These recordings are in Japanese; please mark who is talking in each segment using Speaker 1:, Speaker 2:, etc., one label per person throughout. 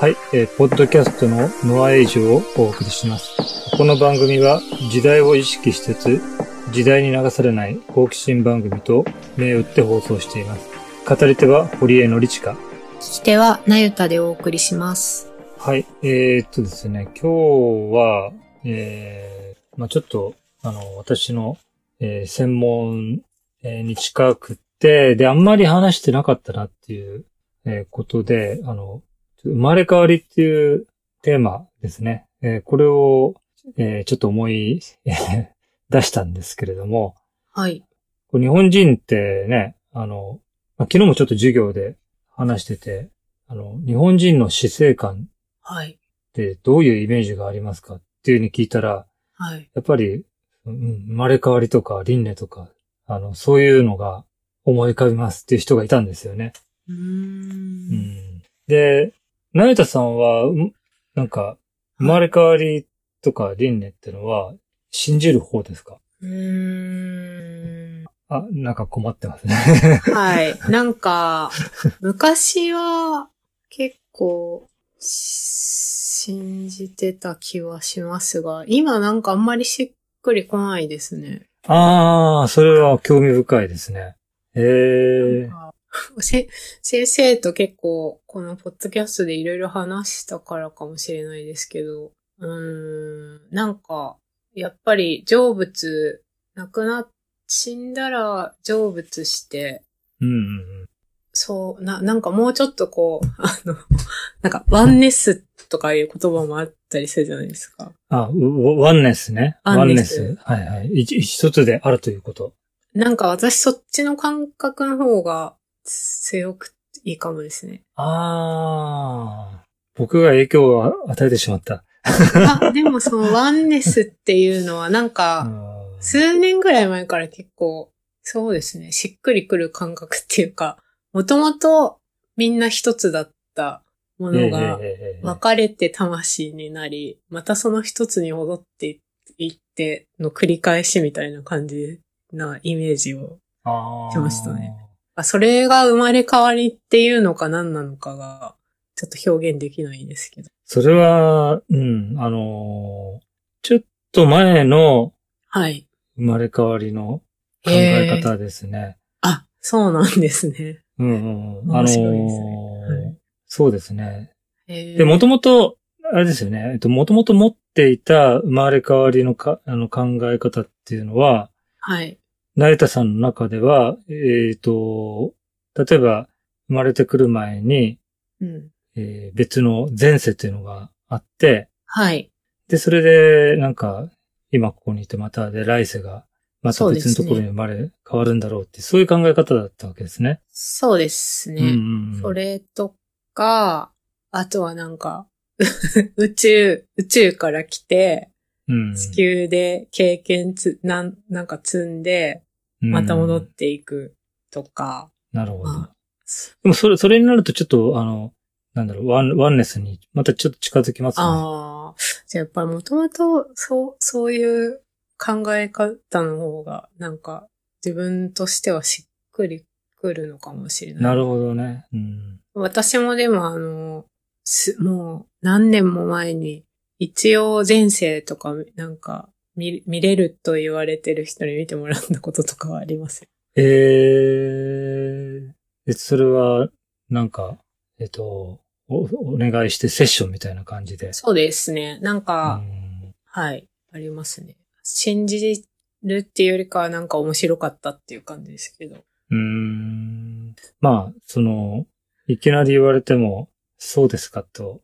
Speaker 1: はい、えーポッドキャストのノアエイジをお送りします。この番組は時代を意識しつつ、時代に流されない好奇心番組と銘打って放送しています。語り手は堀江則親。
Speaker 2: 聞き手はなゆたでお送りします。
Speaker 1: はい、えー、っとですね、今日は、えー、まあちょっと、あの、私の、えー専門えーに近くて、で、あんまり話してなかったなっていう、えーことで、あの、生まれ変わりっていうテーマですね。えーこれを、えーちょっと思い、 えー出したんですけれども、
Speaker 2: はい。
Speaker 1: こう日本人ってね、あの、まあ昨日もちょっと授業で話してて、あの、日本人の死生観
Speaker 2: はい。
Speaker 1: ってどういうイメージがありますかっていうふうに聞いたら、
Speaker 2: はい。
Speaker 1: やっぱり、うん生まれ変わりとか輪廻とか、あの、そういうのが思い浮かびますっていう人がいたんですよね。
Speaker 2: うー。
Speaker 1: うんん、で、なゆたさんは、うんなんか、生まれ変わりとか輪廻ってのは、信じる方ですか
Speaker 2: うーん。
Speaker 1: あ、なんか困ってますね。
Speaker 2: はい。 なんか、昔は結構、し信じてた気はしますが、今なんかあんまりしっくりこないですね。
Speaker 1: ああ、それは興味深いですね。ええ
Speaker 2: せ先生と結構、このポッドキャストでいろいろ話したからかもしれないですけど、うーん、なんか、やっぱり成仏、亡くなっ、死んだら成仏して、
Speaker 1: うんうん
Speaker 2: そう、な、なんかもうちょっとこう、 あの、なんか、ワンネスとかいう言葉もあったりするじゃないですか。
Speaker 1: うん。あ、うワンネスね。
Speaker 2: ワンネス
Speaker 1: ワンネスはいはい。一一つであるということ。
Speaker 2: なんか私そっちの感覚の方が強くいいかもですね。
Speaker 1: ああ、僕が影響を与えてしまった。
Speaker 2: あ、でもそのワンネスっていうのはなんか、
Speaker 1: うん
Speaker 2: 数年ぐらい前から結構、そうですね、しっくりくる感覚っていうか、もともとみんな一つだったものが
Speaker 1: え、えええええ
Speaker 2: 分かれて魂になり、またその一つに戻っていっての繰り返しみたいな感じなイメージを。
Speaker 1: あー
Speaker 2: 来ましたねあそれが生まれ変わりっていうのか何なのかが、ちょっと表現できないんですけど。
Speaker 1: それは、うん、あのーちょっと前の
Speaker 2: はい。
Speaker 1: 生まれ変わりの考え
Speaker 2: へー
Speaker 1: 方ですね。
Speaker 2: あ、そうなんですね。
Speaker 1: うんうんうん。あの
Speaker 2: 面白い
Speaker 1: ー
Speaker 2: ですねはい
Speaker 1: そうですね。
Speaker 2: へー
Speaker 1: で、もともと、あれですよね。えっと、もともと持っていた生まれ変わりのか、あの考え方っていうのは、
Speaker 2: はい。
Speaker 1: 成田さんの中では、えっ、と、例えば、生まれてくる前に、
Speaker 2: うん。
Speaker 1: えー別の前世っていうのがあって、
Speaker 2: はい。
Speaker 1: で、それで、なんか、今ここにいてまた、で、来世が、また
Speaker 2: そうで
Speaker 1: 別
Speaker 2: す
Speaker 1: の
Speaker 2: ね
Speaker 1: ところに生まれ変わるんだろうって、そういう考え方だったわけですね。
Speaker 2: そうですね。
Speaker 1: うんうんうん。
Speaker 2: それとか、あとはなんか、 宇宙、宇宙から来て、
Speaker 1: うん、
Speaker 2: 地球で経験つ、なん、なんか積んで、
Speaker 1: うん、
Speaker 2: また戻っていくとか、
Speaker 1: なるほど
Speaker 2: ま。
Speaker 1: でも、それ、それになるとちょっと、あの、なんだろう、ワン、ワンネスに、またちょっと近づきますね。
Speaker 2: ああ、じゃあやっぱりもともと、そう、そういう考え方の方が、なんか、自分としてはしっくりくるのかもしれない。
Speaker 1: なるほどね。うん。
Speaker 2: 私もでもあの、す、もう何年も前に、一応前世とか、なんか見、見れると言われてる人に見てもらったこととかはありますよ。
Speaker 1: えー、え、それは、なんか、えっと、お、お願いしてセッションみたいな感じで。
Speaker 2: そうですね。なんか、
Speaker 1: うん
Speaker 2: はい、ありますね。信じるっていうよりかはなんか面白かったっていう感じですけど。
Speaker 1: うーん。まあ、その、いきなり言われても、そうですかと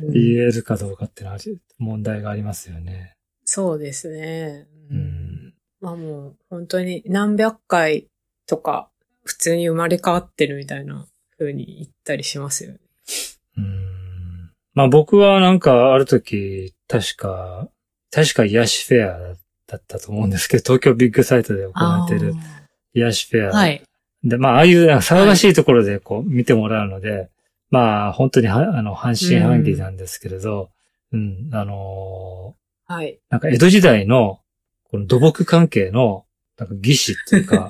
Speaker 2: うん
Speaker 1: 言えるかどうかってのはあり問題がありますよね。
Speaker 2: そうですね。
Speaker 1: う。ん。
Speaker 2: まあもう、本当に何百回とか、普通に生まれ変わってるみたいな風に言ったりしますよね。
Speaker 1: うん。まあ僕はなんかある時、確か、確か癒しフェアだったと思うんですけど、東京ビッグサイトで行われてる
Speaker 2: あー。
Speaker 1: 癒しフェア。
Speaker 2: はい。
Speaker 1: で、まあ、ああいう騒がしいところでこう見てもらうので、まあ、本当には、あの、半信半疑なんですけれど、うん、あの
Speaker 2: はい。
Speaker 1: ーなんか江戸時代の、この土木関係の、なんか技師っていう か、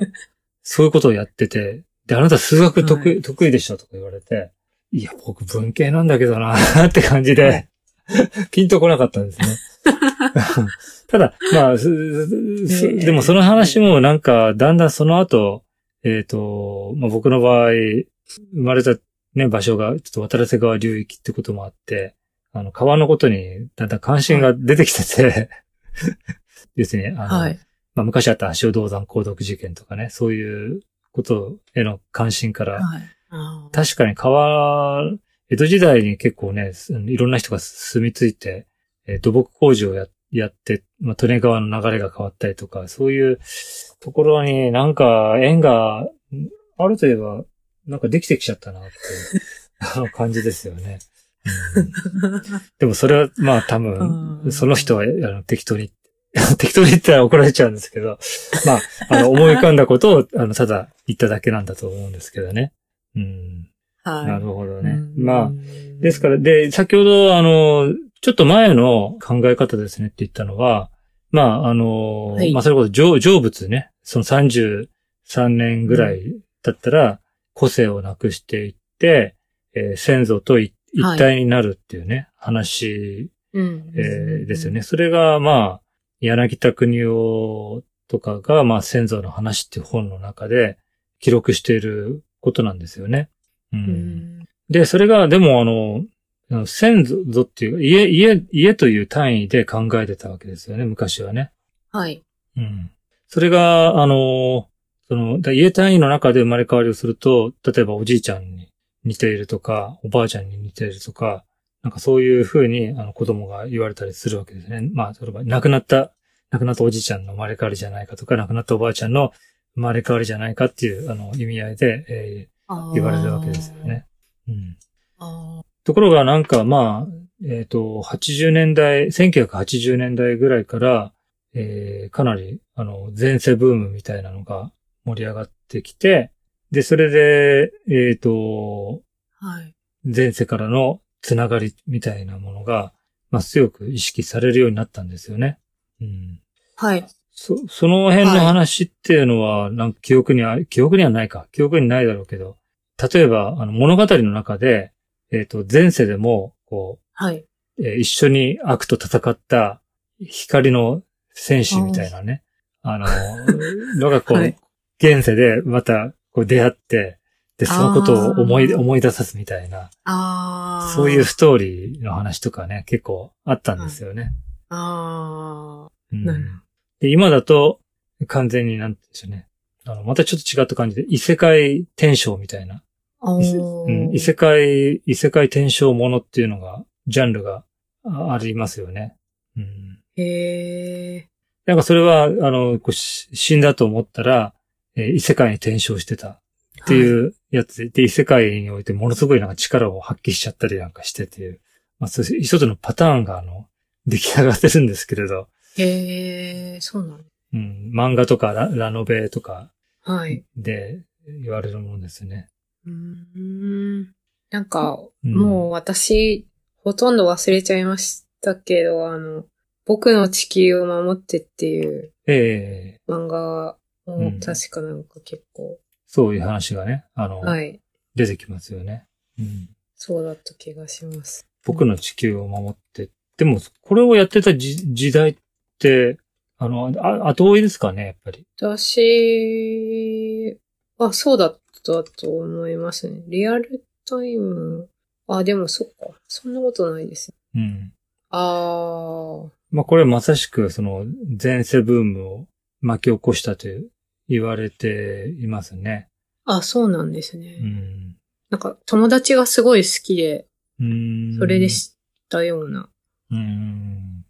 Speaker 1: そういうことをやってて、で、あなた数学得意、得意でしょとか言われて、いや、僕文系なんだけどな って感じで、ピンとこなかったん ですね。ただ、まあ、すすす
Speaker 2: ええ
Speaker 1: でもその話もなんか、だんだんその後、えっ、と、まあ、僕の場合、生まれたね、場所が、ちょっと渡良瀬川流域ってこともあって、あの、川のことにだんだん関心が出てきてて、ですね、あの、
Speaker 2: はい。
Speaker 1: まあ、昔あった足尾銅山鉱毒事件とかね、そういうことへの関心から、
Speaker 2: はい。あー
Speaker 1: 確かに川、江戸時代に結構ね、すいろんな人が住み着いて、えー土木工事をややって、まあ、利根川の流れが変わったりとか、そういうところになんか縁がんあるといえば、なんかできてきちゃったなっていうあの 感じですよね。うんでもそれはまあ多
Speaker 2: う
Speaker 1: 分、
Speaker 2: ん
Speaker 1: その人はあの適当に、 適当に言ったら怒られちゃうんですけど、まあ、あの思い浮かんだことを、あの、ただ言っただけなんだと思うんですけどね。うん
Speaker 2: はい。
Speaker 1: なるほどね。
Speaker 2: うん
Speaker 1: まあ、、ですから、で、先ほど、あの、ちょっと前の考え方ですねって言ったのは、まあ、あの、
Speaker 2: はい
Speaker 1: まあ、それこそ成、成仏ね。その33年ぐらいだったら、個性をなくしていって、えー先祖とい一体になるっていうね、話、
Speaker 2: うん。
Speaker 1: えーですよね。それが、まあ、柳田国夫とかが、まあ、先祖の話っていう本の中で記録していることなんですよね。う
Speaker 2: うんん。
Speaker 1: で、それが、でもあの、あの先祖っていう、家、家、家という単位で考えてたわけですよね、昔はね。
Speaker 2: はい。
Speaker 1: うん。それが、あの、その、だ家単位の中で生まれ変わりをすると、例えばおじいちゃんに似ているとか、おばあちゃんに似ているとか、なんかそういうふうに、あの、子供が言われたりするわけですね。まあ、例えば、亡くなった、亡くなったおじいちゃんの生まれ変わりじゃないかとか、亡くなったおばあちゃんの生まれ変わりじゃないかっていう、あの、意味合いで、えー言われるわけですよね。うん。
Speaker 2: あ
Speaker 1: ところがなんかまあ、えっ、と、80年代、1980年代ぐらいから、えーかなり、あの、前世ブームみたいなのが盛り上がってきて、で、それで、えっ、と、
Speaker 2: ー。はい。
Speaker 1: 前世からのつながりみたいなものが、まあ、強く意識されるようになったんですよね。うん。
Speaker 2: はい。
Speaker 1: そ、その辺の話っていうのは、なんか記憶にあ、記憶にはないか。記憶にないだろうけど、例えば、あの、物語の中で、えっ、と、前世でも、こ
Speaker 2: はい。
Speaker 1: う、えー一緒に悪と戦った光の戦士みたいなね、あの、のがこう、
Speaker 2: はい
Speaker 1: 現世でまた、こう出会って、で、そのことを思い、
Speaker 2: あー
Speaker 1: 思い出さすみたいな、
Speaker 2: ああ。
Speaker 1: そういう。ストーリーの話とかね、結構あったんですよね。
Speaker 2: あ
Speaker 1: うん
Speaker 2: なるほ
Speaker 1: で今だと、完全になんて言うんでしょうね。あの、またちょっと違った感じで、異世界転生みたいな。
Speaker 2: あ。おー
Speaker 1: うん、異世界、異世界転生ものっていうのが、ジャンルがあありますよね。うん。
Speaker 2: へえ。
Speaker 1: なんかそれは、あの、こうし死んだと思ったら、えー異世界に転生してたって
Speaker 2: う。
Speaker 1: いうやつで、で異世界においてものすごいなんか力を発揮しちゃったりなんかしてっていう、まあ、そういう一つのパターンが、あの、出来上がってるんですけれど、
Speaker 2: へえ、そうなの。
Speaker 1: うん、漫画とかララノベとか、
Speaker 2: はい。
Speaker 1: で言われるものですね。
Speaker 2: うーん。なんか、
Speaker 1: うん
Speaker 2: もう私、ほとんど忘れちゃいましたけど、あの、僕の地球を守ってっていう
Speaker 1: ええ
Speaker 2: 漫画
Speaker 1: う
Speaker 2: も
Speaker 1: ん
Speaker 2: 確かなんか結構、
Speaker 1: そういう話がね、あの、
Speaker 2: はい、
Speaker 1: 出てきますよね、うん。
Speaker 2: そうだった気がします。
Speaker 1: 僕の地球を守って。でも、これをやってた時時代って、あの、あ後追いですかね、やっぱり。
Speaker 2: 私はそうだったと思いますね。リアルタイム、あ、でもそっか。そんなことないですね。
Speaker 1: うん。
Speaker 2: あ
Speaker 1: まあ、これまさしく、その、前世ブームを巻き起こしたという言われていますね。
Speaker 2: あ、あ、そうなんですね。
Speaker 1: うん。
Speaker 2: なんか友達がすごい好きで、
Speaker 1: うん
Speaker 2: それで知ったような。
Speaker 1: うん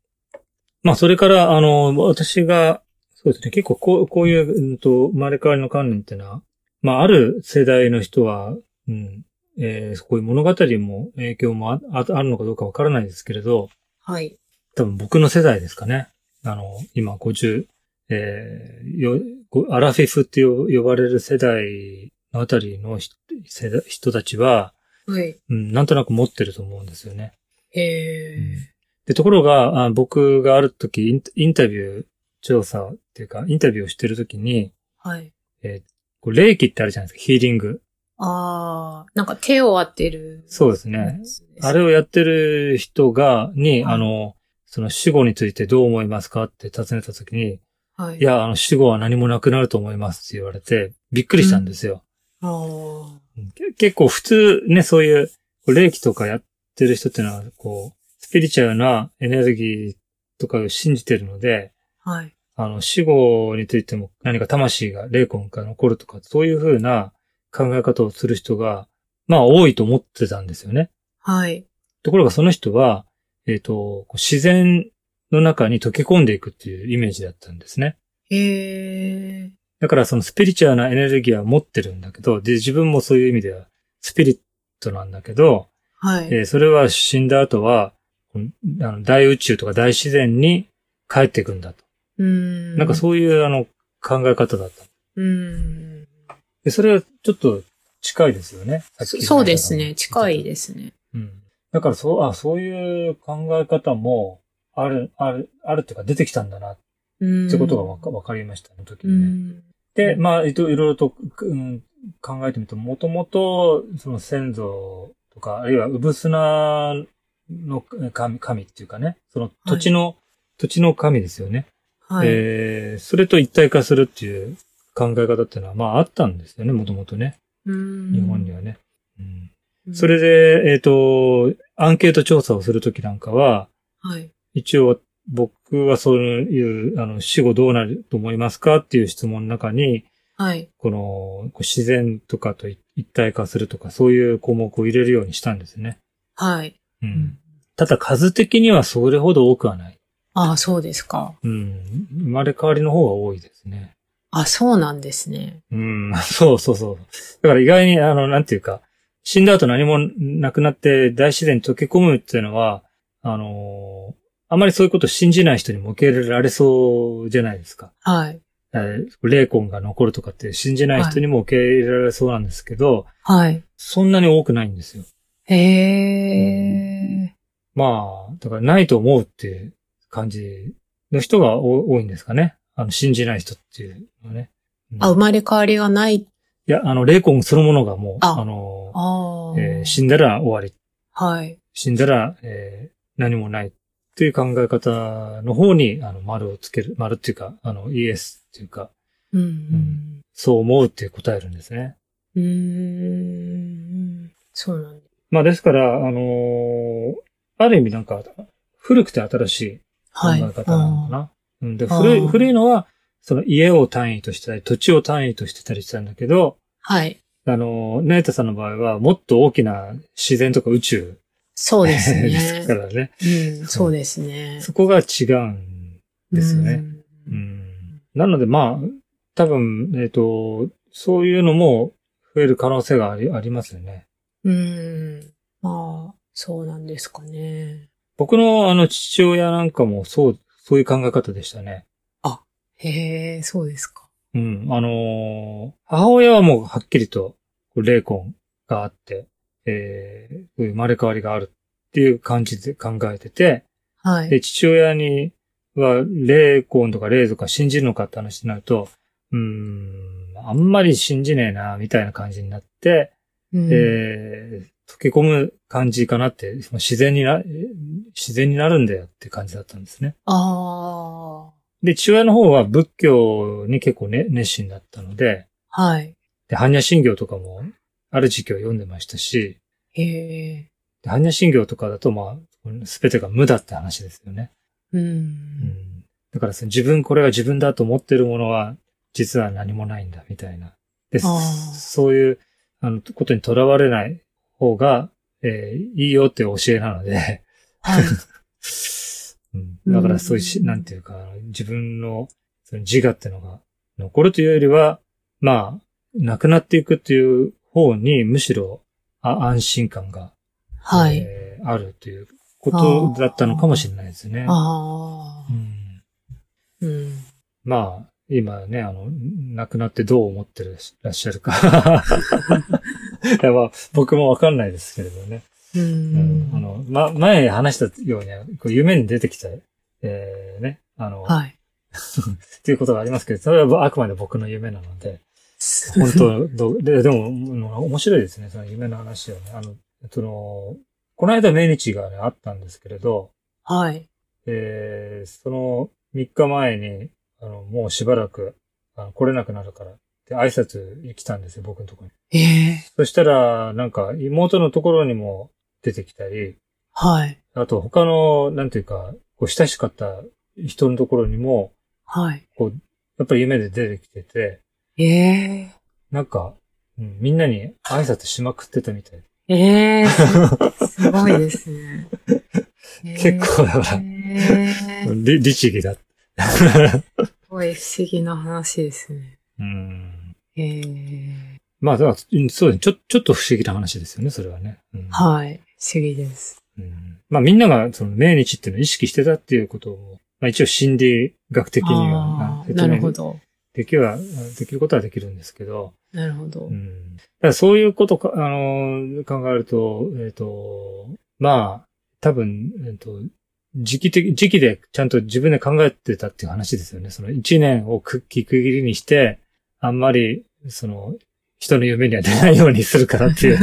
Speaker 1: まあ、それから、あの、私が、そうですね、結構こう、こういう、うんと、生まれ変わりの観念っていうのは、まあ、ある世代の人は、うん、えー、こういう物語も影響もあああるのかどうかわからないですけれど、
Speaker 2: はい。
Speaker 1: 多分僕の世代ですかね。あの、今50、えーよ、ごアラフィフって呼呼ばれる世代のあたりの人世代人たちは、
Speaker 2: はい。
Speaker 1: うん、なんとなく持ってると思うんですよね。
Speaker 2: へー
Speaker 1: で、ところが、あ僕がある時イン、インタビュー調査っていうか、インタビューをしてる時に、
Speaker 2: はい。
Speaker 1: こう霊気ってあるじゃないですか、ヒーリング。
Speaker 2: あああ、なんか手を当てる。
Speaker 1: そうですね。あれをやってる人が、に、あの、その死後についてどう思いますかって尋ねたときに、
Speaker 2: はい。
Speaker 1: いや、あの死後は何もなくなると思いますって言われて、びっくりしたんですよ。
Speaker 2: あー
Speaker 1: け結構普通ね、そういう、こう霊気とかやってる人ってのは、こう、スピリチュアルなエネルギーとかを信じてるので、
Speaker 2: はい。
Speaker 1: あの、死後についても何か魂が霊魂から残るとか、そういう風な考え方をする人が、まあ多いと思ってたんですよね。
Speaker 2: はい。
Speaker 1: ところがその人は、えっ、と、こう自然の中に溶け込んでいくっていうイメージだったんですね。
Speaker 2: へえ。
Speaker 1: だからそのスピリチュアルなエネルギーは持ってるんだけど、で、自分もそういう意味ではスピリットなんだけど、
Speaker 2: は
Speaker 1: え
Speaker 2: い。
Speaker 1: ーそれは死んだ後は、うんあの大宇宙とか大自然に帰っていくんだと。
Speaker 2: うーん。
Speaker 1: なんかそういうあの考え方だった。
Speaker 2: う。うん。
Speaker 1: で、それはちょっと近いですよね。さっき
Speaker 2: そうですね。近いですね。
Speaker 1: うん。だからそう、あ、そういう考え方も、ある、ある、あるっていうか出てきたんだな、っ
Speaker 2: うん。
Speaker 1: てことがわかわかりました、あの時
Speaker 2: う
Speaker 1: にね。
Speaker 2: ん。
Speaker 1: で、まあ、いろいろと、うん、考えてみると、もともと、その先祖とか、あるいは、うぶすなの神、神っていうかね、その土地の、土地の神ですよね。
Speaker 2: はい。
Speaker 1: えーそれと一体化するっていう考え方っていうのは、まあ、あったんですよね、もともとね。
Speaker 2: うん
Speaker 1: 日本にはね。うん
Speaker 2: うん
Speaker 1: それで、えっ、と、アンケート調査をするときなんかは、
Speaker 2: はい。
Speaker 1: 一応僕はそういう、あの、死後どうなると思いますかっていう質問の中に、
Speaker 2: はい。
Speaker 1: この、こう自然とかと一体化するとか、そういう項目を入れるようにしたんですね。
Speaker 2: はい。
Speaker 1: うん。
Speaker 2: ん
Speaker 1: ただ数的にはそれほど多くはない。
Speaker 2: ああ、そうですか。
Speaker 1: うん。生まれ変わりの方が多いですね。
Speaker 2: あ、そうなんですね。
Speaker 1: うん。 そうそうそう。だから意外に、あの、なんていうか、死んだ後何もなくなって大自然に溶け込むっていうのは、あのーあまりそういうことを信じない人にも受け入れられそうじゃないですか。
Speaker 2: はい。
Speaker 1: えー霊魂が残るとかって信じない人にも受け入れられそうなんですけど、
Speaker 2: はい。
Speaker 1: そんなに多くないんですよ。
Speaker 2: へえ。
Speaker 1: まあ、だからないと思うっていう感じの人がお多いんですかね。あの、信じない人っていうのはね。うん
Speaker 2: あ、生まれ変わりがない。
Speaker 1: いや、あの、霊魂そのものがもう、あ
Speaker 2: あ
Speaker 1: の、
Speaker 2: ああ。
Speaker 1: えー死んだら終わり。
Speaker 2: はい。
Speaker 1: 死んだら、えー何もないっていう考え方の方に、あの、丸をつける。丸っていうか、あの、イエスっていうか、
Speaker 2: うん。
Speaker 1: そう思うって答えるんですね。
Speaker 2: うん。うーん。そうなんだ。
Speaker 1: まあ、ですから、あのーある意味なんか、古くて新しい考
Speaker 2: は
Speaker 1: え
Speaker 2: い。
Speaker 1: 方なのかな。うん、で
Speaker 2: あー
Speaker 1: 古い古いのは、その家を単位としてたり、土地を単位としてたりしたんだけど、
Speaker 2: あーはい。
Speaker 1: あの、ナイタさんの場合は、もっと大きな自然とか宇宙
Speaker 2: そうで
Speaker 1: です
Speaker 2: ね。
Speaker 1: からね。
Speaker 2: うん、そうですね。
Speaker 1: そこが違うんですよね。
Speaker 2: う。
Speaker 1: うんん、なので、まあ、多分、えっ、と、そういうのも増える可能性がありありますよね。
Speaker 2: うん。まあ、そうなんですかね。
Speaker 1: 僕のあの父親なんかもそう、そういう考え方でしたね。
Speaker 2: へえ、そうですか。
Speaker 1: うん。あのー母親はもうはっきりと、こう霊魂があって、えー、こういう生まれ変わりがあるっていう感じで考えてて、
Speaker 2: はい。
Speaker 1: で、父親には霊魂とか霊とか信じるのかって話になると、うーん、あんまり信じねえな、みたいな感じになって、
Speaker 2: うん
Speaker 1: えー、溶け込む感じかなって、まあ自然にな、えー自然になるんだよって感じだったんですね。
Speaker 2: あ
Speaker 1: で、父親の方は仏教に結構ね、熱心だったので、
Speaker 2: あ、はい。
Speaker 1: で、般若心経とかも、ある時期は読んでましたし、
Speaker 2: へえ、
Speaker 1: で般若心経とかだと、まあ、すべてが無だって話ですよね。
Speaker 2: う。
Speaker 1: うんん。だからその自分、これが自分だと思ってるものは、実は何もないんだ、みたいな。で、
Speaker 2: あー
Speaker 1: そういう、あの、ことにとらわれない方が、えーいいよっていう教えなので、
Speaker 2: はい。
Speaker 1: うん、だからそういうし、
Speaker 2: うん
Speaker 1: なんていうか、自分のその自我ってのが残るというよりは、まあ、なくなっていくっていう方に、むしろあ安心感が、
Speaker 2: はい。
Speaker 1: えーあるということだったのかもしれないですね。う
Speaker 2: ああ、
Speaker 1: ん、
Speaker 2: うん。
Speaker 1: まあ、今ね、あの、亡くなってどう思ってるらっしゃる か。いやまあ、僕もわかんないですけれどね。
Speaker 2: う
Speaker 1: うん
Speaker 2: ん。
Speaker 1: あの、ま、前話したように、こう夢に出てきた、えーね、あの、
Speaker 2: はい。
Speaker 1: っていうことがありますけど、それはあくまで僕の夢なので、本当どで、でも、うん面白いですね、その夢の話はね。あの、その、この間命日がね、あったんですけれど、
Speaker 2: はい。
Speaker 1: えーその3日前に、あの、もうしばらく、あの来れなくなるから、って挨拶に来たんですよ、僕のところに。
Speaker 2: ええ
Speaker 1: そしたら、なんか、妹のところにも出てきたり、
Speaker 2: はい。
Speaker 1: あと他の、なんていうか、こう親しかった人のところにも、
Speaker 2: はい。
Speaker 1: やっぱり夢で出てきてて、
Speaker 2: ええ
Speaker 1: なんか、うんみんなに挨拶しまくってたみたい。
Speaker 2: ええすすごいです ね。
Speaker 1: 結構だから
Speaker 2: ええす
Speaker 1: り、律儀だ。
Speaker 2: ごい不思議な話ですね。
Speaker 1: うん。
Speaker 2: ええ
Speaker 1: まあ、だからうんそうですね。ちょ、ちょっと不思議な話ですよね、それはね。うん
Speaker 2: はい。不思議です。
Speaker 1: うんまあみんながその命日っていうのを意識してたっていうことを、まあ一応心理学的には
Speaker 2: あー
Speaker 1: 説
Speaker 2: なるほ
Speaker 1: 明
Speaker 2: ど。
Speaker 1: できは、できることはできるんですけど、
Speaker 2: なるほど。
Speaker 1: うん、だからそういうことか、あのー、考えると、えっ、と、まあ、多分、えっ、と、時期的、時期でちゃんと自分で考えてたっていう話ですよね。その一年を区切区切りにして、あんまり、その、人の夢には出ないようにするからっていう。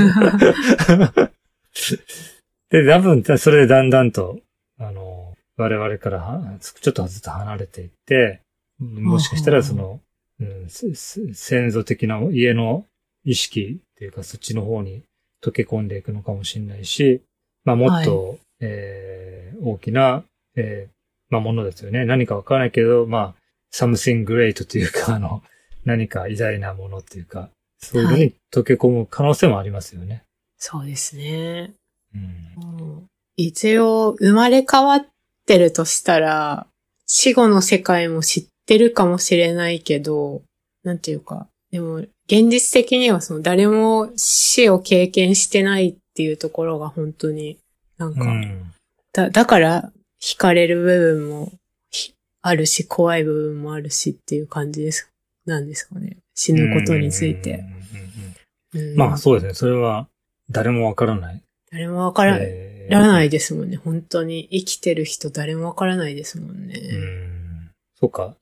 Speaker 1: で、多分、それでだんだんと、あの、我々からは、ちょっとずつ離れていって、うんもしかしたらその、うん、せせ先祖的な家の意識っていうか、そっちの方に溶け込んでいくのかもしれないし、まあもっと、えー大きな、えーまあものですよね。何かわからないけど、まあ、something great というか、あの、何か偉大なものっていうか、そういうのに溶け込む可能性もありますよね。
Speaker 2: そうですね。
Speaker 1: うん
Speaker 2: うん一応、生まれ変わってるとしたら、死後の世界も知ってるかもしれないけど、なんていうか、でも、現実的にはその誰も死を経験してないっていうところが本当に、なんか、
Speaker 1: うん
Speaker 2: だ、だから惹かれる部分もひあるし、怖い部分もあるしっていう感じです。なんですかね。死ぬことについ
Speaker 1: うん
Speaker 2: て。
Speaker 1: うんうん
Speaker 2: うん
Speaker 1: まあそうですね。それは誰もわからない。
Speaker 2: 誰もわからない。
Speaker 1: えー
Speaker 2: らないですもんね。本当に。生きてる人誰もわからないですもん
Speaker 1: う
Speaker 2: ね。
Speaker 1: んそうか。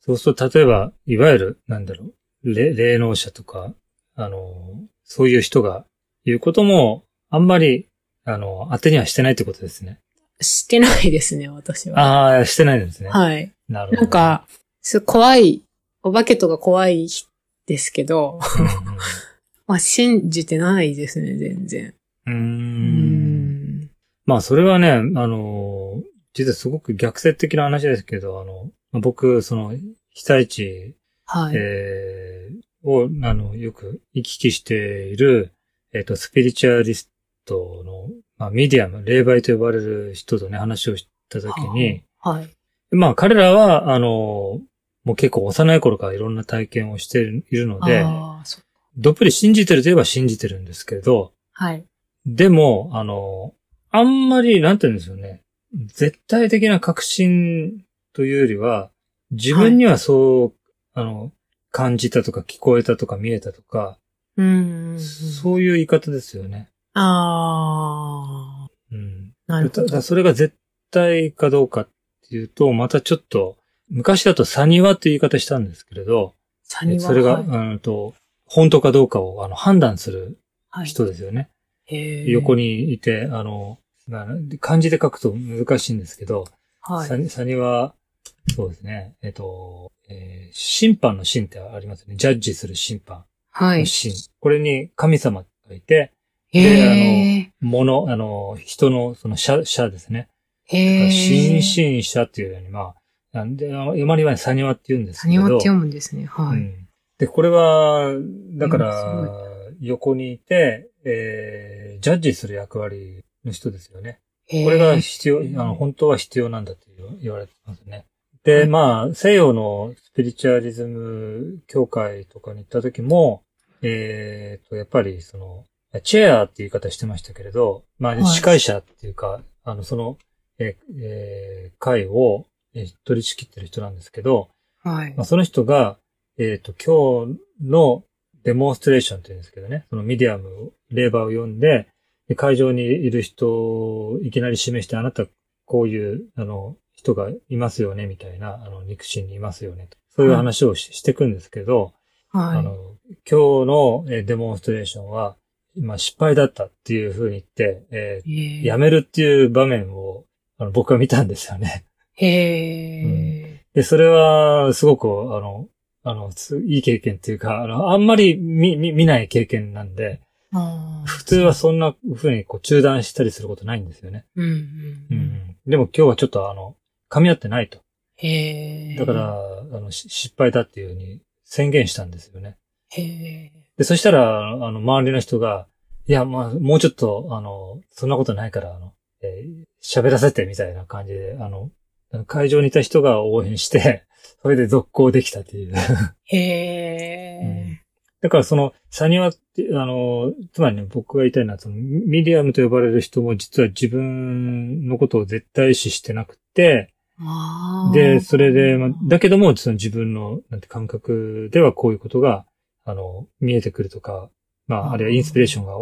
Speaker 1: そうすると、例えば、いわゆる、なんだろう、れ霊能者とか、あの、そういう人が言うことも、あんまり、あの、当てにはしてないってことですね。
Speaker 2: してないですね、私は。
Speaker 1: ああ、してないんですね。
Speaker 2: はい。
Speaker 1: なるほど。
Speaker 2: なん、か、す怖い、お化けとか怖いですけど、 まあ信じてないですね、全然。
Speaker 1: うんうん、
Speaker 2: う
Speaker 1: うん。
Speaker 2: ん。
Speaker 1: まあ、それはね、あの、実はすごく逆説的な話ですけど、あの、僕、その、被災地
Speaker 2: はい。
Speaker 1: えーを、あの、よく行き来している、えっ、と、スピリチュアリストの、まあ、ミディアム、霊媒と呼ばれる人とね、話をしたときに、
Speaker 2: はい。
Speaker 1: まあ、彼らは、あの、もう結構幼い頃からいろんな体験をしているので、
Speaker 2: ああ、そう。
Speaker 1: どっぷり信じてるといえば信じてるんですけど、
Speaker 2: はい。
Speaker 1: でも、あの、あんまり、なんて言うんですよね。絶対的な確信というよりは、自分にはそう、あの、感じたとか聞こえたとか見えたとか、
Speaker 2: うんうんうん。
Speaker 1: そういう言い方ですよね。
Speaker 2: ああ、
Speaker 1: うん。
Speaker 2: なるほ
Speaker 1: だだ
Speaker 2: ど。
Speaker 1: それが絶対かどうかっていうと、またちょっと、昔だとサニワって言い方したんですけれど、
Speaker 2: サニは
Speaker 1: それが、
Speaker 2: はい
Speaker 1: うんと、本当かどうかをあの判断する
Speaker 2: はい
Speaker 1: 人ですよね。
Speaker 2: へー
Speaker 1: 横にいて、あの、な漢字で書くと難しいんですけど、
Speaker 2: はい
Speaker 1: サ。ニサニは、そうですね、えっと、えー審判の審ってありますよね。ジャッジする審判
Speaker 2: は
Speaker 1: の
Speaker 2: い。
Speaker 1: 審。これに神様がいて、
Speaker 2: へ
Speaker 1: 物、あの、人の、その、社、社ですね。
Speaker 2: え。へえ。
Speaker 1: 心身社っていうより、まあ、なんで、あの山にはサニワって言うんです
Speaker 2: サ
Speaker 1: けど。
Speaker 2: ニワって読むんですね。は
Speaker 1: う
Speaker 2: い。
Speaker 1: んで、これは、だか
Speaker 2: うんす
Speaker 1: ら、横にいて、えージャッジする役割の人ですよね。これが必要、あの、本当は必要なんだと言われてますね。
Speaker 2: う
Speaker 1: で、
Speaker 2: ん
Speaker 1: まあ、西洋のスピリチュアリズム協会とかに行った時も、えー、と、やっぱりその、チェアーって言い方してましたけれど、ま
Speaker 2: は
Speaker 1: あ、
Speaker 2: い
Speaker 1: 司会者っていうか、あの、その、えーえー会を、えー取り仕切ってる人なんですけど、
Speaker 2: へーはい
Speaker 1: まあ、。その人が、えっ、と、今日のデモンストレーションって言うんですけどね、そのミディアムを、レーバーを読んで、で会場にいる人をいきなり示して、あなた、こういう、あの、人がいますよね、みたいな、あの、肉親にいますよね、と。そういう話をし,、していくんですけど、
Speaker 2: は
Speaker 1: あ
Speaker 2: い。
Speaker 1: の、今日のえーデモンストレーションは、まあ失敗だったっていう風に言って、え
Speaker 2: えー
Speaker 1: ーやめるっていう場面をあの僕は見たんですよね。
Speaker 2: へえ、
Speaker 1: で、それは、すごく、あの、あの、ついい経験っていうか、あの、あんまり見、見、見ない経験なんで、
Speaker 2: ああ。
Speaker 1: 普通はそんな風にこう中断したりすることないんですよね。
Speaker 2: うんう。
Speaker 1: うんん、
Speaker 2: うん、
Speaker 1: でも今日はちょっとあの、噛み合ってないと。
Speaker 2: へえ。
Speaker 1: だか、ら、あの、し失敗だっていうふうに宣言したんですよね。
Speaker 2: へえ。
Speaker 1: で、そしたら、あの、周りの人が、いや、まあ、もうちょっと、あの、そんなことないから、あの、えー喋らせてみたいな感じで、あの、会場にいた人が応援して、それで続行できたっていう。
Speaker 2: へ
Speaker 1: うん
Speaker 2: え。
Speaker 1: だからその、サニワって、あの、つまりね、僕が言いたいのは、その、ミディアムと呼ばれる人も実は自分のことを絶対視してなくて、
Speaker 2: ああ。
Speaker 1: で、それで、まあ、だけども、その自分の、なんて感覚ではこういうことが、あの、見えてくるとか、ま
Speaker 2: あ
Speaker 1: あ、
Speaker 2: ー
Speaker 1: あるいはインスピレーションが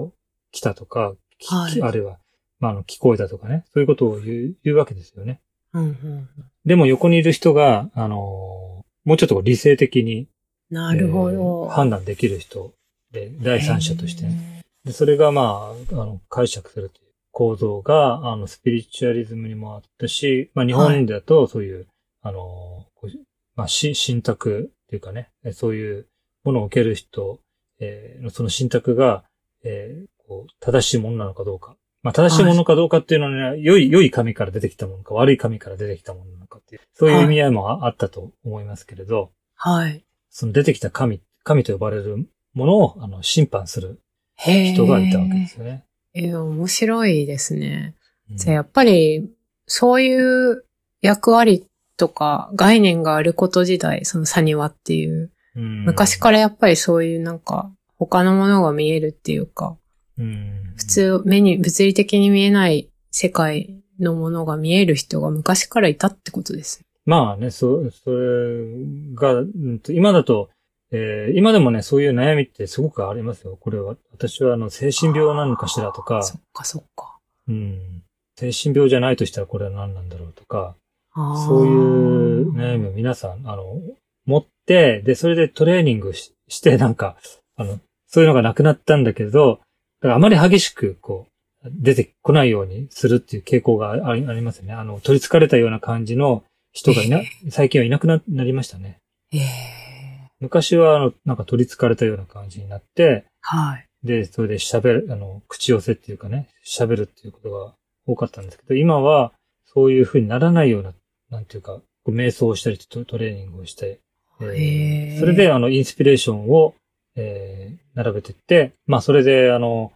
Speaker 1: 来たとか、き
Speaker 2: はい
Speaker 1: あるいは、まあ、あの、聞こえたとかね、そういうことを言う、言うわけですよね。
Speaker 2: うんうん。
Speaker 1: でも横にいる人が、あの、もうちょっとこう理性的に、
Speaker 2: なるほ
Speaker 1: え
Speaker 2: ど。
Speaker 1: ー判断できる人で、第三者としてね。
Speaker 2: ね。
Speaker 1: で、それがまあ、あの、解釈するという行動が、あの、スピリチュアリズムにもあったし、まあ日本だとそういう、あの、こうまあ、し、信託というかね、えそういうものを受ける人、えーのその信託が、えーこう正しいものなのかどうか。まあ、正しいものかどうかっていうのはね、良い、良い神から出てきたものか、悪い神から出てきたものなのかっていう、そういう意味合いもああったと思いますけれど、
Speaker 2: はい。
Speaker 1: その出てきた神、神と呼ばれるものを、あの、審判する
Speaker 2: へえ。
Speaker 1: 人がいたわけですよね。
Speaker 2: えー面白いですね。
Speaker 1: うん
Speaker 2: じゃあやっぱり、そういう役割とか概念があること自体、そのサニワっていう、昔からやっぱりそういうなんか、他のものが見えるっていうか、
Speaker 1: ら、うん
Speaker 2: 普、通目に、物理的に見えない世界のものが見える人が昔からいたってことです。
Speaker 1: まあね、そ、それが、うんと今だと、えー今でもね、そういう悩みってすごくありますよ。これは、私はあの、精神病なのかしらとか、
Speaker 2: そっかそっか。
Speaker 1: うん、精神病じゃないとしたらこれは何なんだろうとか、
Speaker 2: あー
Speaker 1: そういう悩みを皆さん、あの、持って、で、それでトレーニングしして、なんか、あの、そういうのがなくなったんだけど、だからあまり激しく、こう、出てこないようにするっていう傾向があありありますよね。あの、取り憑かれたような感じの人 がいな、最近はいなくななりましたね。
Speaker 2: えー
Speaker 1: 昔は、あの、なんか取り憑かれたような感じになって、
Speaker 2: はい。
Speaker 1: で、それで喋る、あの、口寄せっていうかね、喋るっていうことが多かったんですけど、今はそういう風にならないような、なんていうか、こう瞑想をしたりトトレーニングをして、えー
Speaker 2: へー
Speaker 1: それであの、インスピレーションを、えー並べてって、まあ、それであの、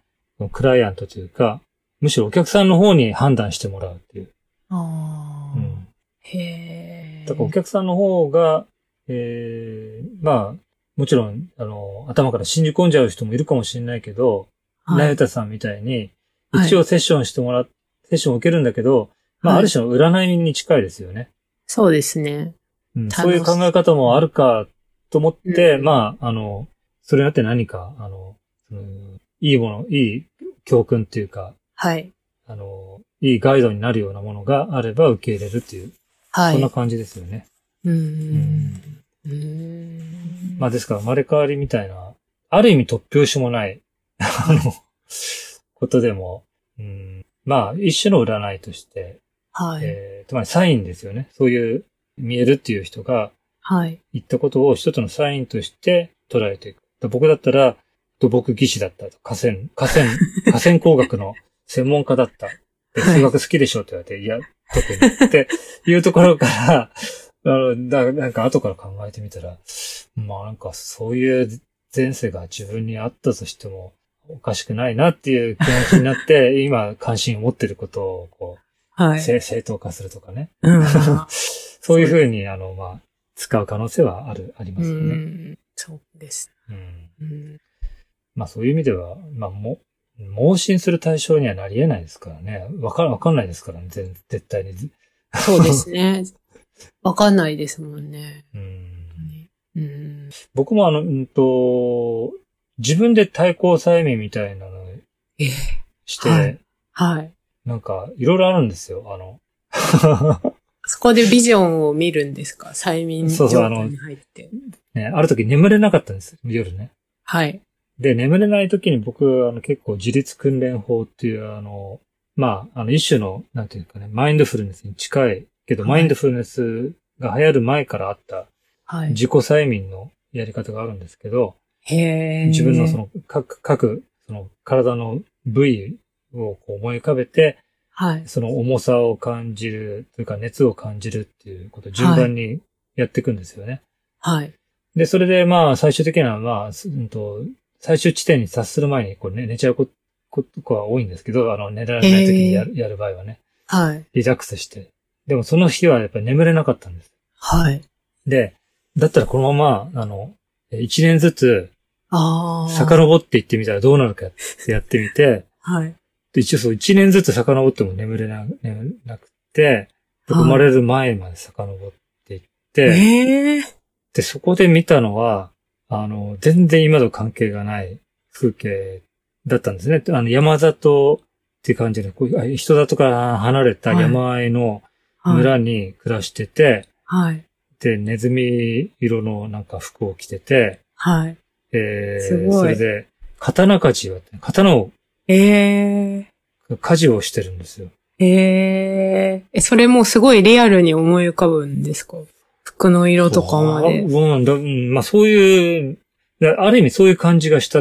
Speaker 1: クライアントというか、むしろお客さんの方に判断してもらうっていう。
Speaker 2: あ
Speaker 1: う
Speaker 2: ー
Speaker 1: ん。
Speaker 2: へー
Speaker 1: だからお客さんの方が、えーまあ、もちろん、あの、頭から信じ込んじゃう人もいるかもしれないけど、
Speaker 2: は
Speaker 1: ナ
Speaker 2: い
Speaker 1: ユタさんみたいに、
Speaker 2: はい
Speaker 1: 一応セッションしてもらっ、セッションを受けるんだけど、まあ、
Speaker 2: は
Speaker 1: あ
Speaker 2: い
Speaker 1: る種の占いに近いですよね。
Speaker 2: そうですね。
Speaker 1: うん、
Speaker 2: 楽し
Speaker 1: そういう考え方もあるかと思って、
Speaker 2: うん
Speaker 1: まあ、あの、それによって何か、あの、そのいいもの、いい教訓っていうか、
Speaker 2: はい。
Speaker 1: あの、いいガイドになるようなものがあれば受け入れるっていう、
Speaker 2: はい。
Speaker 1: そんな感じですよね。
Speaker 2: うー
Speaker 1: うん
Speaker 2: ん。うーん。
Speaker 1: まあ、ですから、生まれ変わりみたいな、ある意味突拍子もない、あの、ことでも、うん、まあ、一種の占いとして、
Speaker 2: はい。
Speaker 1: えーつまりサインですよね。そういう見えるっていう人が
Speaker 2: はい。
Speaker 1: 言ったことを一つのサインとして捉えていく。だ僕だったら土木技師だったと。河川、河 川、河川工学の専門家だった。で
Speaker 2: はい
Speaker 1: 数学好きでしょって言われて、いや、特に。っていうところから、あの、だなんか後から考えてみたら、まあなんかそういう前世が自分にあったとしてもおかしくないなっていう気持ちになって、今関心を持ってることをこう、
Speaker 2: はい。
Speaker 1: 正正当化するとかね。
Speaker 2: うん
Speaker 1: そういうふうに、あの、まあ、使う可能性はある、ありま
Speaker 2: う
Speaker 1: すよね。
Speaker 2: ん。そうです。
Speaker 1: うん。
Speaker 2: うん
Speaker 1: まあ、そういう意味では、まあ、も、盲信する対象にはなり得ないですからね。わか、わかんないですからね、全絶対に。
Speaker 2: そうですね。わかんないですもんね。
Speaker 1: うん。
Speaker 2: うん。
Speaker 1: 僕もあの、うんと、自分で対抗催眠みたいなのを
Speaker 2: ええ
Speaker 1: して、
Speaker 2: はいはい。
Speaker 1: なんか、いろいろあるんですよ、あの。
Speaker 2: そこでビジョンを見るんですか催眠
Speaker 1: そ
Speaker 2: 状
Speaker 1: うそうあ
Speaker 2: 態
Speaker 1: の
Speaker 2: に入って。
Speaker 1: ね、ある時眠れなかったんです、夜ね。
Speaker 2: はい。
Speaker 1: で、眠れない時に僕、あの、結構自立訓練法っていう、あの、まあ、あの、一種の、なんていうかね、マインドフルネスに近いけど、
Speaker 2: はい
Speaker 1: マインドフルネスが流行る前からあった
Speaker 2: はい。
Speaker 1: 自己催眠のやり方があるんですけど、
Speaker 2: へー
Speaker 1: 自分のそ、の各、各、その体の部位をこう思い浮かべて、
Speaker 2: はい。
Speaker 1: その重さを感じる、というか熱を感じるっていうことを順番にやっていくんですよね。
Speaker 2: はい。
Speaker 1: で、それでまあ最終的にはまあ、すうんと、最終地点に達する前にこう、ね、寝ちゃうこことが多いんですけど、あの、寝られない時にやる,、やる場合はね、
Speaker 2: はい。
Speaker 1: リラックスして。でもその日はやっぱり眠れなかったんです。
Speaker 2: はい。
Speaker 1: で、だったらこのまま、あの、え一年ずつ
Speaker 2: ああ。
Speaker 1: 遡っていってみたらどうなるかってやってみて、
Speaker 2: はい。
Speaker 1: で一応そう一年ずつ遡っても眠れな眠れなくて、僕
Speaker 2: はい
Speaker 1: 生まれる前まで遡っていって、
Speaker 2: ええ
Speaker 1: で、そこで見たのは、あの、全然今と関係がない風景だったんですね。あの、山里っていう感じで、こういうあ人里から離れた
Speaker 2: はい
Speaker 1: 山あいの
Speaker 2: はい。
Speaker 1: 村に暮らしてて、
Speaker 2: はい。
Speaker 1: で、ネズミ色のなんか服を着てて、
Speaker 2: はい。
Speaker 1: えー、
Speaker 2: すごい
Speaker 1: それで、刀鍛冶をやって、刀を、
Speaker 2: ええ
Speaker 1: 鍛冶をしてるんですよ。
Speaker 2: えええ、それもすごいリアルに思い浮かぶんですか服の色とかまで。
Speaker 1: そううんだうん、まあそういう、だある意味そういう感じがした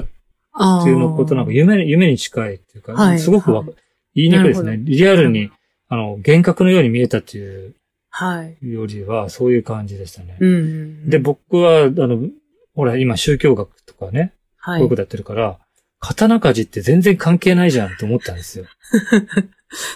Speaker 2: ああ。
Speaker 1: っていうのことなんか夢に、夢に近いっていうか、
Speaker 2: はい
Speaker 1: すごくわか、言いにくいです
Speaker 2: な
Speaker 1: ね
Speaker 2: る。
Speaker 1: リアルに、あの、幻覚のように見えたっていう
Speaker 2: はい。
Speaker 1: よりは、そういう感じでしたね。
Speaker 2: うんうん。
Speaker 1: で、、僕は、あの、ほら、今宗教学とかね、
Speaker 2: は
Speaker 1: こう
Speaker 2: い。
Speaker 1: いうことやってるから、刀鍛冶って全然関係ないじゃんと思ったんですよ。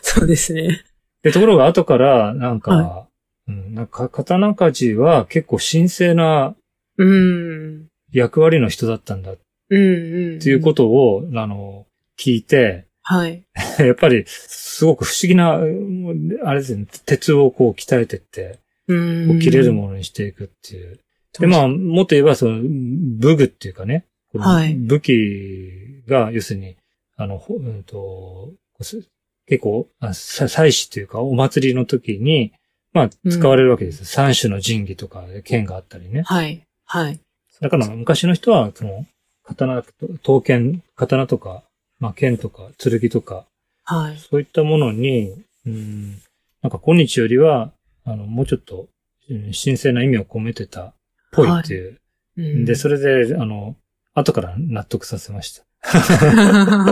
Speaker 2: そうですね。
Speaker 1: で、ところが後から、なんか、
Speaker 2: は
Speaker 1: うん、なんか、刀鍛冶は結構神聖な
Speaker 2: うん。
Speaker 1: 役割の人だったんだっ
Speaker 2: うんうん。。
Speaker 1: ていうこととを、あの、聞いて、
Speaker 2: はい。
Speaker 1: やっぱり、すごく不思議な、うんあれですね、鉄をこう鍛えてって、
Speaker 2: うん。
Speaker 1: こう切れるものにしていくっていう。で、
Speaker 2: 確かに
Speaker 1: まあ、もっと言えば、その、武具っていうかね、この
Speaker 2: はい
Speaker 1: 武器が、要するに、あの、ほうんと、こうす結構、あさ祭祀というか、お祭りの時に、まあ、使われるわけです。三種の神器とか、剣があったりね。
Speaker 2: はい。はい。
Speaker 1: だから、昔の人は、その、刀と、刀剣、刀とか、まあ、剣とか、剣とか、
Speaker 2: はい。
Speaker 1: そういったものに、うん、なんか今日よりは、あの、もうちょっと、うん神聖な意味を込めてたっぽいっていう。
Speaker 2: うん
Speaker 1: で、それで、あの、後から納得させました。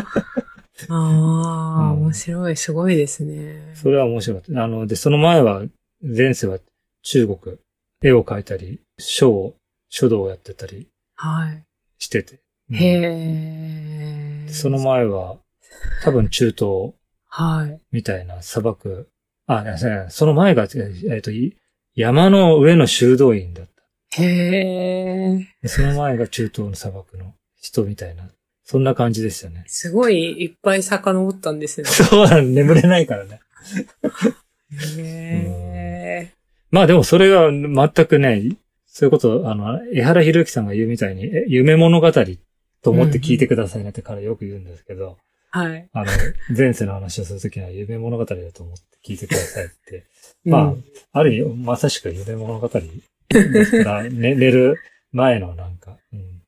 Speaker 2: ああ、
Speaker 1: うん
Speaker 2: 面白い、すごいですね。
Speaker 1: それは面白かった。あの、で、その前は、前世は中国、絵を描いたり、書を、書道をやってたり
Speaker 2: はい。
Speaker 1: してて。うん
Speaker 2: へえ。
Speaker 1: その、前は、多分中東
Speaker 2: はい。
Speaker 1: みたいな砂漠、あ、いやそうやその前が、えっと、い山の上の修道院だった。
Speaker 2: へえ。。
Speaker 1: でその前が中東の砂漠の人みたいな。そんな感じでしたね
Speaker 2: すごいいっぱい遡ったんですね。
Speaker 1: そうなの、眠れないからね。
Speaker 2: へえ。
Speaker 1: まあでもそれが全くね、そういうこと、あの、江原博之さんが言うみたいに、え夢物語と思って聞いてくださいねってからよく言うんですけど、
Speaker 2: はい。
Speaker 1: あの、前世の話をするときには夢物語だと思って聞いてくださいって。まあ
Speaker 2: うん、
Speaker 1: ある意味、まさしく夢物語ですから、ね、寝る前のなんか、うん。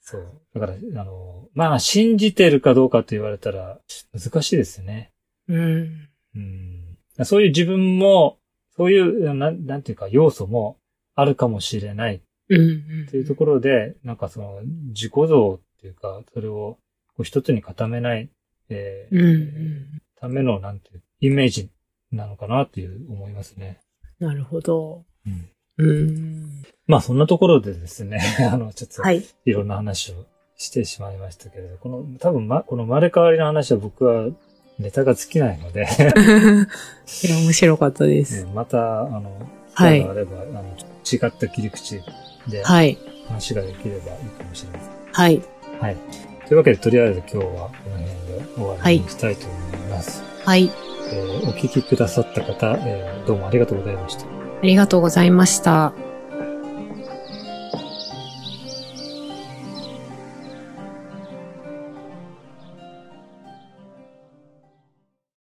Speaker 1: そう。だから、あの、まあ、信じてるかどうかって言われたら、難しいですね。
Speaker 2: うん。
Speaker 1: うん。そういう自分も、そういう、なん、なんていうか、要素もあるかもしれない
Speaker 2: うんうん。
Speaker 1: っていうところで、なんかその、自己像っていうか、それをこう一つに固めない、えー
Speaker 2: うんうん。
Speaker 1: ための、なんていう、イメージなのかなっていう思いますね。
Speaker 2: なるほど。
Speaker 1: うん。
Speaker 2: うん。
Speaker 1: まあそんなところでですね、 あの、ちょっと
Speaker 2: はい。
Speaker 1: いろんな話をしてしまいましたけれど、この、多分ま、この生まれ変わりの話は僕はネタが尽きないので、
Speaker 2: いや、面白かったです。
Speaker 1: また、あの、
Speaker 2: はい
Speaker 1: 機会があれば、あの、違った切り口で
Speaker 2: はい。
Speaker 1: 話ができればいいかもしれません。
Speaker 2: はい。
Speaker 1: はい。というわけで、とりあえず今日はこの辺で終わりにしたいと思います。
Speaker 2: はい。
Speaker 1: えーお聞きくださった方、えーどうもありがとうございました。
Speaker 2: ありがとうございました。